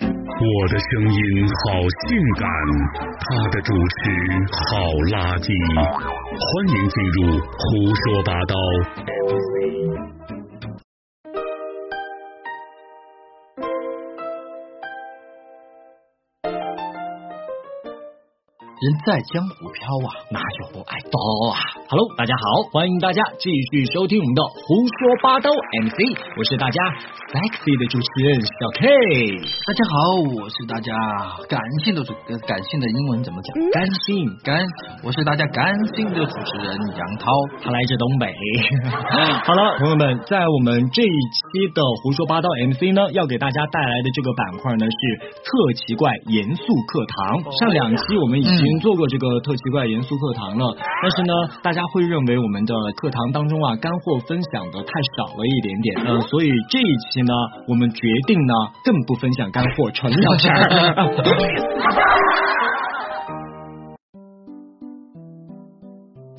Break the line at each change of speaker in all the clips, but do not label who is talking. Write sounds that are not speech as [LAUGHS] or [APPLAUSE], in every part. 我的声音好性感，他的主持好垃圾。欢迎进入胡说八道。
人在江湖飘啊，哪有不挨刀啊？
Hello，大家好，欢迎大家继续收听我们的胡说八道 MC，我是大家 sexy 的主持人小 K。
大家好，我是大家感性的主，呃感性的英文怎么讲？
甘心，
感，我是大家感性的主持人杨涛。
他来自
[LAUGHS]
东北。 [LAUGHS] 好了，朋友们，在我们这一期的胡说八道 MC 呢，要给大家带来的这个板块呢是特奇怪严肃课堂。上两期我们已经做过这个特奇怪严肃课堂了，但是呢，大家会认为我们的课堂当中啊干货分享的太少了一点点，呃，所以这一期呢，我们决定呢更不分享干货，纯聊天儿。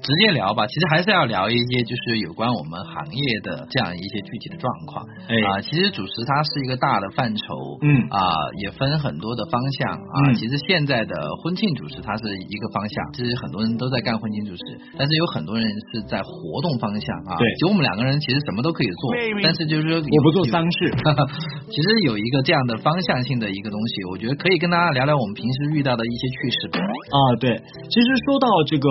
直接聊吧，其实还是要聊一些就是有关我们行业的这样一些具体的状况啊、
哎，
其实主食它是一个大的范畴，
嗯
啊、也分很多的方向啊。
嗯
其实现在的婚庆主持它是一个方向，其实很多人都在干婚庆主持，但是有很多人是在活动方向啊。
对
其实我们两个人其实什么都可以做，但是就是说
我不做
有
丧事。
[LAUGHS] 其实有一个这样的方向性的一个东西，我觉得可以跟大家聊聊我们平时遇到的一些趣事。
啊，对，其实说到这个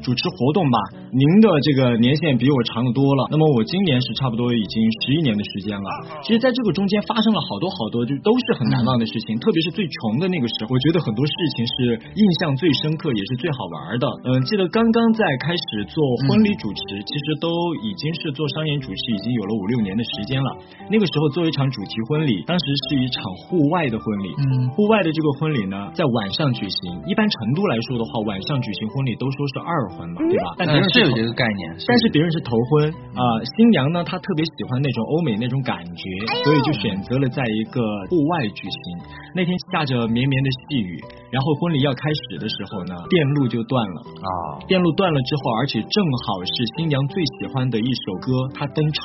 主持活动吧，您的这个年限比我长得多了。那么我今年是差不多已经十一年的时间了。其实，在这个中间发生了好多好多，就都是很难忘的事情，特别是最穷的那个时候，我觉得很多事情是印象最深刻，也是最好玩的。嗯，记得刚刚在开始做婚礼主持，其实都已经是做商演主持，已经有了五六年的时间了。那个时候做一场主题婚礼，当时是一场户外的婚礼，
嗯
户外的这个婚礼呢，在晚上举行。一般成都来说的话，晚上举行婚礼都说是二婚嘛，对吧？但别
嗯
人
是
是
有
头
这个概嗯念，
但是别人是头婚啊、新娘呢她特别喜欢那种欧美那种感觉，所以就选择了在一个户外举行。那天下着绵绵的细雨，然后婚礼要开始的时候呢，电路就断了。
啊、
电路断了之后，而且正好是新娘最喜欢的一首歌，她登场，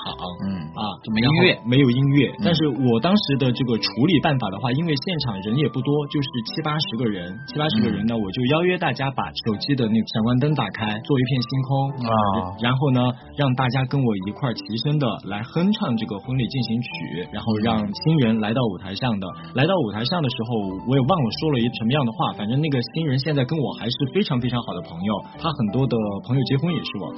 嗯
啊，
就没音乐嗯
然后没有音乐。但是我当时的这个处理办法的话，因为现场人也不多，就是七八十个人，七八十个
嗯
人呢，我就邀约大家把手机的那个闪光灯打开，做一片星空
啊
然后呢，让大家跟我一块儿齐声的来哼唱这个婚礼进行曲，然后让新人来到舞台上的。来到舞台上的时候，我也忘了说了一什么样的话，反正那个新人现在跟我还是非常非常好的朋友，他很多的朋友结婚也是我。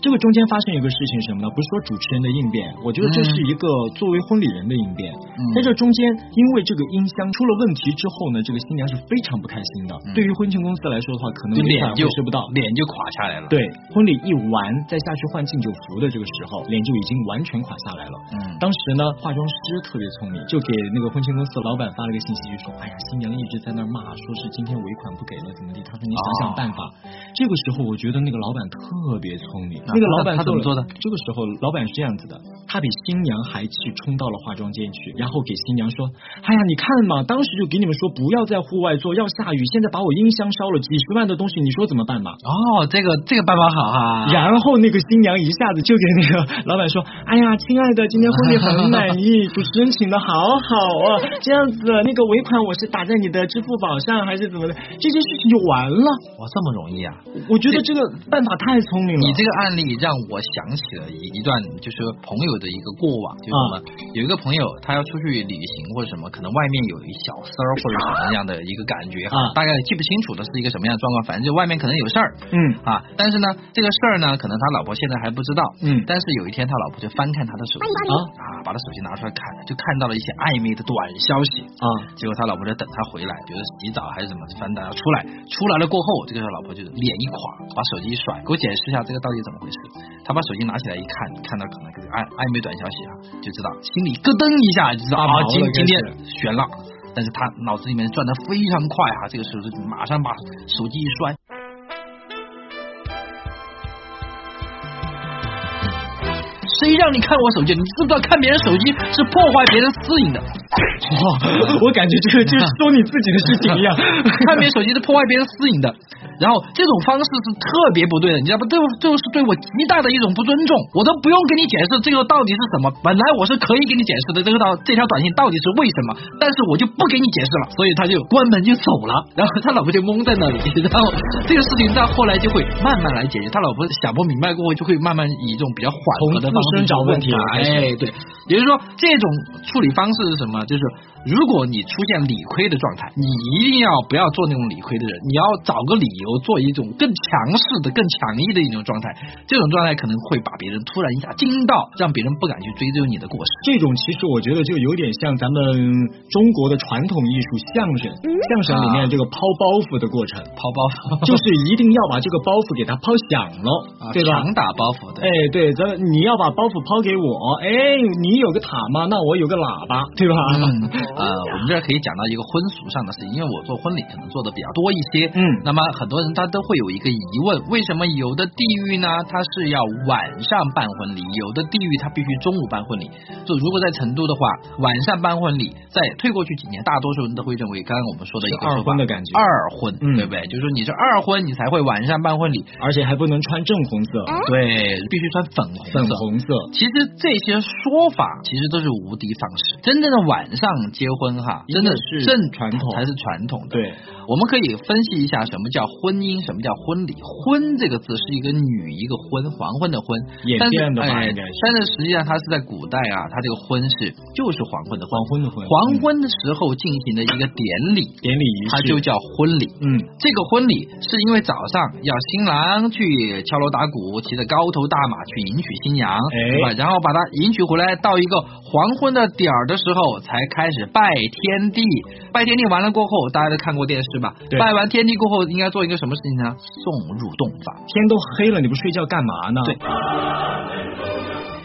这个中间发生一个事情是什么呢？不是说主持人的应变，我觉得这是一个作为婚礼人的应变。
嗯
在这中间，因为这个音箱出了问题之后呢，这个新娘是非常不开心的。
嗯
对于婚庆公司来说的话，可能
就
没
脸
法
就
维持不到。
脸就垮下来了。，
对，婚礼一完，再下去换敬酒服的这个时候，脸就已经完全垮下来了。
嗯，
当时呢，化妆师特别聪明，就给那个婚庆公司老板发了个信息，就说：“哎呀，新娘一直在那儿骂，说是今天尾款不给了，怎么地？”他说：“你想想办法。这个时候，我觉得那个老板特别聪明。
啊
那个老板
他他怎么
做
做
了
的？
这个时候，老板是这样子的，他比新娘还气，冲到了化妆间去，然后给新娘说：“哎呀，你看嘛，当时就给你们说不要在户外做，要下雨，现在把我音箱烧了，几十万的东西，你说怎么办嘛？”
哦，这个这个办法好哈、
然后那个新娘一下子就给那个老板说：“哎呀，亲爱的，今天婚礼很满意，主持人请的好
[LAUGHS]
好啊，这样子那个尾款我是打在你的支付宝上还是怎么的？这件事情就完了。
哇，这么容易啊！
我觉得这个办法太聪明了。
你这个案例让我想起了一一段就是朋友的一个过往，就是什么、有一个朋友他要出去旅行或者什么，可能外面有一小丝儿或者什么样的一个感觉哈，
啊
大概记不清楚的是一个什么样的状况，反正就外面可能有事儿
嗯
啊，但是呢这个事儿呢，可能他老婆现在还不知道，
嗯
但是有一天他老婆就翻看他的手机
啊
啊，把他手机拿出来看，就看到了一些暧昧的短消息， [LAUGHS]
啊
结果他老婆在等他回来，觉得洗澡还是怎么，反正等他出来，出来了过后，这个时候老婆就是脸一垮，把手机一甩，给我解释一下这个到底怎么回事。他把手机拿起来一看，看到可能这个暧暧昧短消息啊，就知道心里咯噔一下，就知道
发
啊
毛了，
今
开始
今天悬了。但是他脑子里面转的非常快啊，这个时候就马上把手机一 [LAUGHS] 摔，谁让你看我手机？你知不知道看别人手机是破坏别人私隐的？ [LAUGHS]
哦，我感觉这个就是说你自己的事情一 [LAUGHS] 样。
看别人手机是破坏别人私隐的，然后这种方式是特别不对的，你知道不？这这就是对我极大的一种不尊重。我都不用跟你解释这个到底是什么，本来我是可以给你解释的，这个到这条短信到底是为什么，但是我就不给你解释了，所以他就关门就走了，然后他老婆就懵在那里，然后这个事情到后来就会慢慢来解决，他老婆想不明白过后，就会慢慢以一种比较缓和
从自
的方式
身找问题了开始
哎，对，也就是说，这种处理方式是什么？就是如果你出现理亏的状态，你一定要不要做那种理亏的人，你要找个理由做一种更强势的、更强硬的一种状态。这种状态可能会把别人突然一下惊到，让别人不敢去追究你的过失。
这种其实我觉得就有点像咱们中国的传统艺术相声，
嗯
相声里面这个抛包袱的过程，
抛 [LAUGHS] 包袱，啊
就是一定要把这个包袱给它抛响了，对吧？
强打包袱，对
哎，对，咱你要把包袱抛给我，哎，你有个塔嘛，那我有个喇叭，对吧？
[LAUGHS] 嗯，呃，我们这儿可以讲到一个婚俗上的事情，因为我做婚礼可能做的比较多一些，
[LAUGHS] 嗯
那么很多人他都会有一个疑问，为什么有的地域呢，它是要晚上办婚礼，有的地域它必须中午办婚礼，就如果在成都的话，晚上办婚礼，在退过去几年，大多数人都会认为刚刚我们说的一个
是二
说法
婚的感觉
二婚，
嗯
对不对？就是你是二婚，你才会晚上办婚礼，
而且还不能穿正红色、
对，必须穿嗯粉红色，
粉红色。
其实这些说法其实都是无敌方式。真正的晚上结婚哈，真的
应该是
正
传统
才是传统的。，
对，
我们可以分析一下什么叫婚姻，什么叫婚礼。婚这个字是一个女一个昏，黄昏的昏，
演
但是
变的吧
哎
应该是
但是实际上它是在古代啊，它这个婚是就是黄昏的昏
黄，昏的婚，
黄昏的时候进行的一个典礼，
典礼仪式，
它就叫婚礼。
嗯，
这个婚礼是因为早上要新郎去敲锣打鼓，骑着高头大马去迎娶新娘，
哎
对吧？然后把她迎娶回来，到一个黄昏的点儿的时候才开始拜天地。拜天地完了过后，大家都看过电视吧？
对
拜完天地过后，应该做一个什么事情呢？送入洞房。
天都黑了，你不睡觉干嘛呢？
对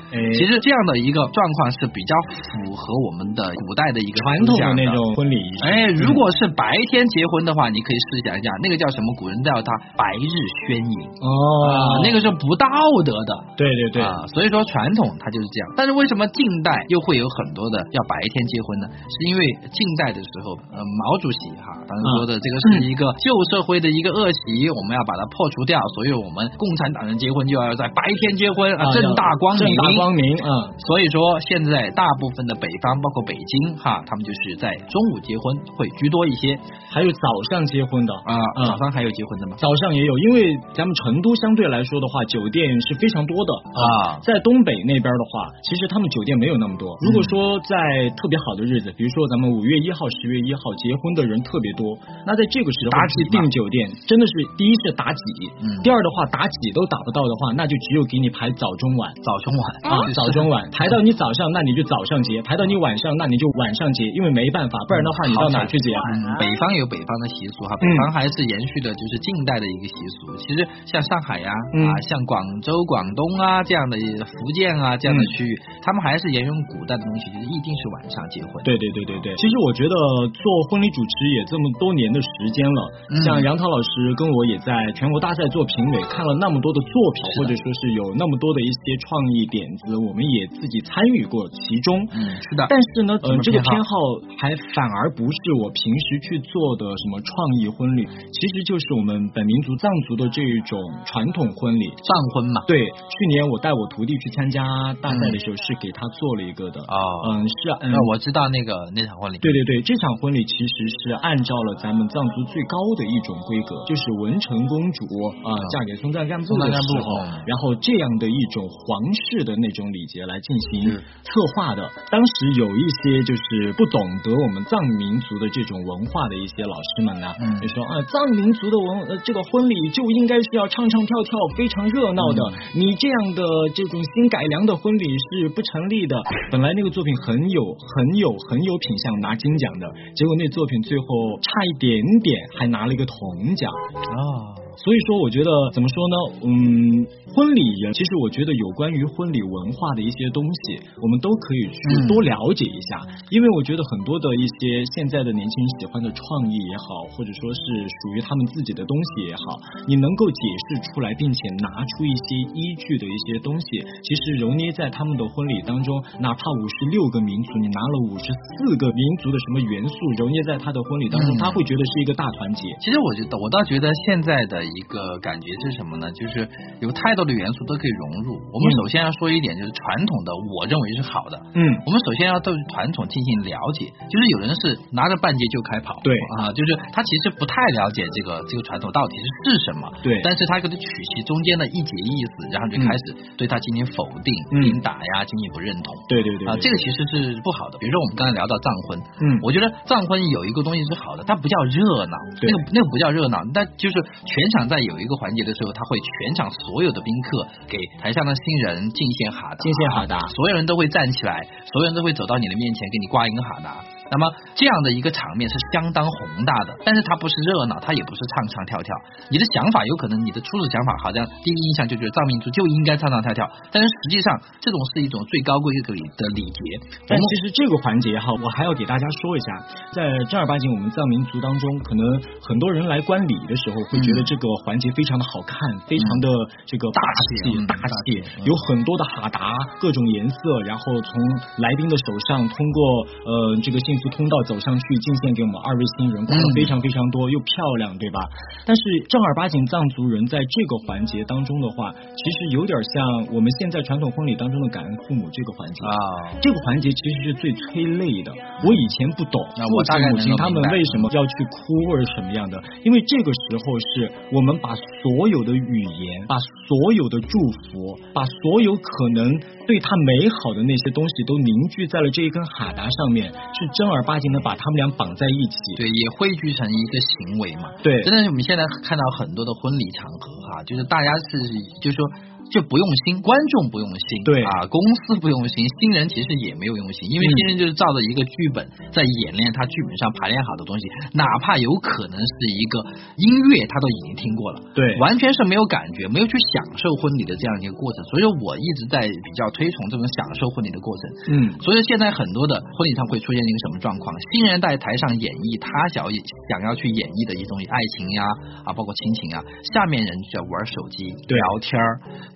哎，
其实这样的一个状况是比较符合我们的古代的一个
传统
思
的
想
那种嗯婚礼仪式，
哎，如果是白天结婚的话，你可以试想一下，那个叫什么？古人叫它白日宣淫。啊
哦，，
那个是不道德的。
对对对，
啊，所以说传统它就是这样。但是为什么近代又会有很多的要白天结婚呢？是因为近代的时候，呃，毛主席哈，当时说的这个是一个旧社会的一个恶习，我们要把它破除掉，所以我们共产党人结婚就要在白天结婚，啊，正大光
哎
明，
正大光明，嗯，
所以说，现在大部分的北方，包括北京哈，他们就是在中午结婚会居多一些
还有早上结婚的。
啊。
嗯
早上还有结婚的吗？
早上也有，因为咱们成都相对来说的话，酒店是非常多的
啊嗯
在东北那边的话，其实他们酒店没有那么多。如果说在特别好的日子，比如说咱们五月一号、十月一号结婚的人特别多，那在这个时候
妲己
去订
嘛
酒店，真的是第一是妲己，
嗯
第二的话妲己都打不到的话，那就只有给你排早中晚。
早中晚 [LAUGHS]
啊，早中晚排到你早上，那你就早上结；排到你晚上，那你就晚上结，因为没办法，不然的话你到哪儿去结？啊嗯
嗯，北方有北方的习俗哈，北方还是延续的就是近代的一个习俗。其实像上海呀、啊，
嗯
像广州、广东啊这样的福建啊这样的
嗯
区域，他们还是沿用古代的东西，就是一定是晚上结婚。
对对对对对，其实我觉得做婚礼主持也这么多年的时间了，
嗯
像杨涛老师跟我也在全国大赛做评委，看了那么多的作品，
是的
或者说是有那么多的一些创意点子，我们也自己参与过其中。
嗯，是的。
但是呢，
什
呃
么，
这个
偏
偏好还反而不是我平时去做的什么创意婚礼，其实就是我们本民族藏族的这种传统婚礼。
上婚嘛，
对，去年我带我徒弟去参加大赛的时候，是给他做了一个的。
嗯哦，
嗯，是啊，嗯
那，我知道那个那场婚礼。
对对对，这场婚礼其实是按照了咱们藏族最高的一种规格，就是文成公主啊、呃嫁给松赞干布的
松赞干
时
布
候
嗯，
然后这样的一种皇室的那种礼节来进行
是
策划的。当时有一些就是不懂得我们藏民族的这种文化的一些老师们呢，
嗯
就说啊，藏民族的文呃这个婚礼就应该是要唱唱跳跳，非常热闹的。你这样的这种新改良的婚礼是不成立的。本来那个作品很有很有很有品相，拿金奖的，结果那作品最后差一点点还拿了一个铜奖。
哦，
所以说，我觉得怎么说呢？嗯，婚礼人其实我觉得有关于婚礼文化的一些东西，我们都可以去
嗯
多了解一下，因为我觉得很多的一些现在的年轻人喜欢的创意也好，或者说是属于他们自己的东西也好，你能够解释出来，并且拿出一些依据的一些东西，其实揉捏在他们的婚礼当中，哪怕五十六个民族，你拿了五十四个民族的什么元素揉捏在他的婚礼当中，
嗯
他会觉得是一个大团结。
其实我觉得，我倒觉得现在的一个感觉是什么呢？就是有太多的元素都可以融入。我们
嗯
首先要说一点，就是传统的，我认为是好的。
嗯，
我们首先要对传统进行了解，就是有人是拿着半截就开跑，
对
啊，就是他其实不太了解这个这个传统到底是是什么，
对
但是他给他取其中间的一节意思，然后
嗯
就开始对他进行否定、
嗯
鞭打呀，进行不认同。
对对对
啊，
对
这个其实是不好的。比如说我们刚才聊到藏婚，
嗯
我觉得藏婚有一个东西是好的，它不叫热闹，
对
那个那个不叫热闹，那就是全场在有一个环节的时候，他会全场所有的宾客给台上的新人敬献哈达，
敬献哈达
所有人都会站起来，所有人都会走到你的面前给你挂一个哈达。那么这样的一个场面是相当宏大的，但是它不是热闹，它也不是唱唱跳跳。你的想法有可能，你的初始想法好像第一印象就觉得藏民族就应该唱唱跳跳，但是实际上这种是一种最高贵的礼的礼节。我
但
们
其实这个环节哈，我还要给大家说一下，在正儿八经我们藏民族当中，可能很多人来观礼的时候，会觉得
嗯
这个环节非常的好看，非常的这个
大
气
气嗯
大
大
气
气，嗯
有很多的哈达，各种颜色，然后从来宾的手上通过呃这个幸福通道走上去，敬献给我们二位新人，挂的
嗯
非常非常多，又漂亮，对吧？但是正儿八经藏族人在这个环节当中的话，其实有点像我们现在传统婚礼当中的感恩父母这个环节
啊。
这个环节其实是最催泪的。我以前不懂，
那我
父
大概
亲母亲
能够
他们
明白
为什么要去哭或者什么样的，因为这个时候是我们把所有的语言、把所有的祝福、把所有可能对他美好的那些东西都凝聚在了这一根哈达上面，是正儿八经的把他们俩绑在一起。
对，也汇聚成一个行为嘛。
对
真的是我们现在看到很多的婚礼场合哈、就是大家是就是说。就不用心，观众不用心，
对
啊，公司不用心，新人其实也没有用心，因为
嗯
新人就是照着一个剧本在演练他剧本上排练好的东西，哪怕有可能是一个音乐，他都已经听过了，
对
完全是没有感觉，没有去享受婚礼的这样一个过程。所以说我一直在比较推崇这种享受婚礼的过程，
嗯，
所以现在很多的婚礼上会出现一个什么状况？新人在台上演绎他想想要去演绎的一种爱情呀啊，包括亲情啊，下面人就在玩手机、
对
聊天儿，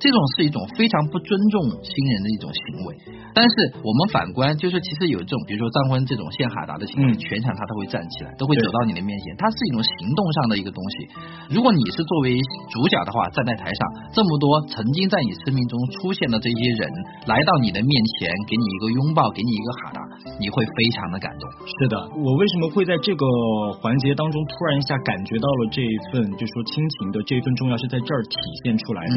这种是一种非常不尊重新人的一种行为。但是我们反观，就是其实有这种，比如说张婚这种献哈达的行为，
嗯
全场他都会站起来，都会
对
走到你的面前，它是一种行动上的一个东西。如果你是作为主角的话，站在台上，这么多曾经在你生命中出现的这些人来到你的面前，给你一个拥抱，给你一个哈达，你会非常的感动。
是的，我为什么会在这个环节当中突然一下感觉到了这一份，就说亲情的这一份重要是在这儿体现出来的。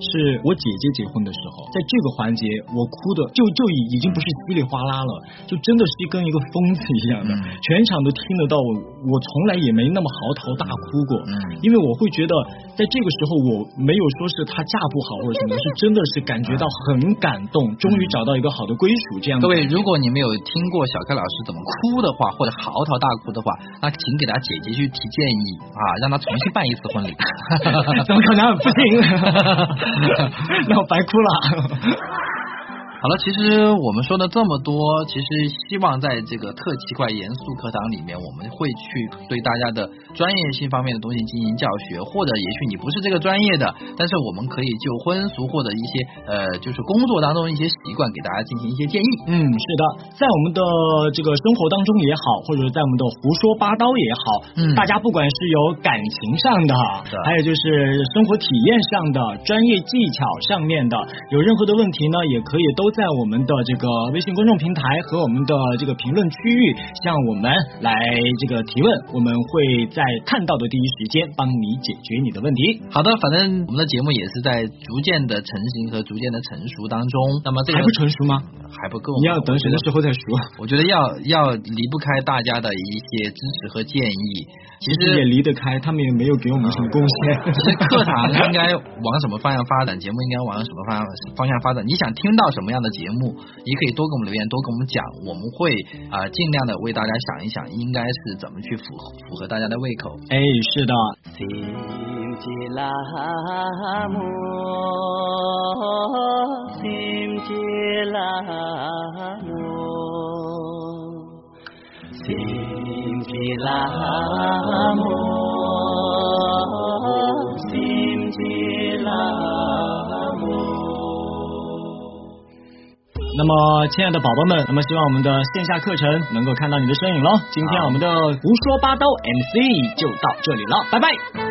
是我姐姐结婚的时候，在这个环节我哭的就就已已经不是稀里哗啦了，就真的是跟一个疯子一样的，
嗯
全场都听得到我，我从来也没那么嚎啕大哭过。
嗯，
因为我会觉得，在这个时候我没有说是她嫁不好或者什
[LAUGHS]
么，是真的是感觉到很感动，终于找到一个好的归属这样的
各
感觉。
位，如果你们有听过小开老师怎么哭的话，或者嚎啕大哭的话，那请给他姐姐去提建议啊，让他重新办一次婚礼。
[LAUGHS] 怎么可能不
[LAUGHS]
行？ [LAUGHS] 那我白哭了。
好了，其实我们说了这么多，其实希望在这个特奇怪严肃课堂里面，我们会去对大家的专业性方面的东西进行教学，或者也许你不是这个专业的，但是我们可以就婚俗或者一些呃，就是工作当中一些习惯给大家进行一些建议。
嗯，是的，在我们的这个生活当中也好，或者在我们的胡说八道也好，
嗯
大家不管是有感情上的
是，
还有就是生活体验上的、专业技巧上面的，有任何的问题呢，也可以都在我们的这个微信公众平台和我们的这个评论区域向我们来这个提问，我们会在看到的第一时间帮你解决你的问题。
好的，反正我们的节目也是在逐渐的成型和逐渐的成熟当中。那么这个
还不成熟吗？
还不够吗，
你要等
我
什
觉
么
得
时候再说？
我觉得要要离不开大家的一些支持和建议。
其实也离得开，他们也没有给我们
啊
什么贡献。
其实课堂应该往什么方向发展，节目应该往什么方向方向发展？你想听到什么样的节目，也可以多给我们留言，多给我们讲，我们会啊、呃尽量的为大家想一想，应该是怎么去符合符合大家的胃口。
哎，是的，
听
찜질라모 찜질라모 심지라모 심지라모
那么，亲爱的宝宝们，那么希望我们的线下课程能够看到你的身影喽。今天我们的胡说八道 MC 就到这里了，拜拜。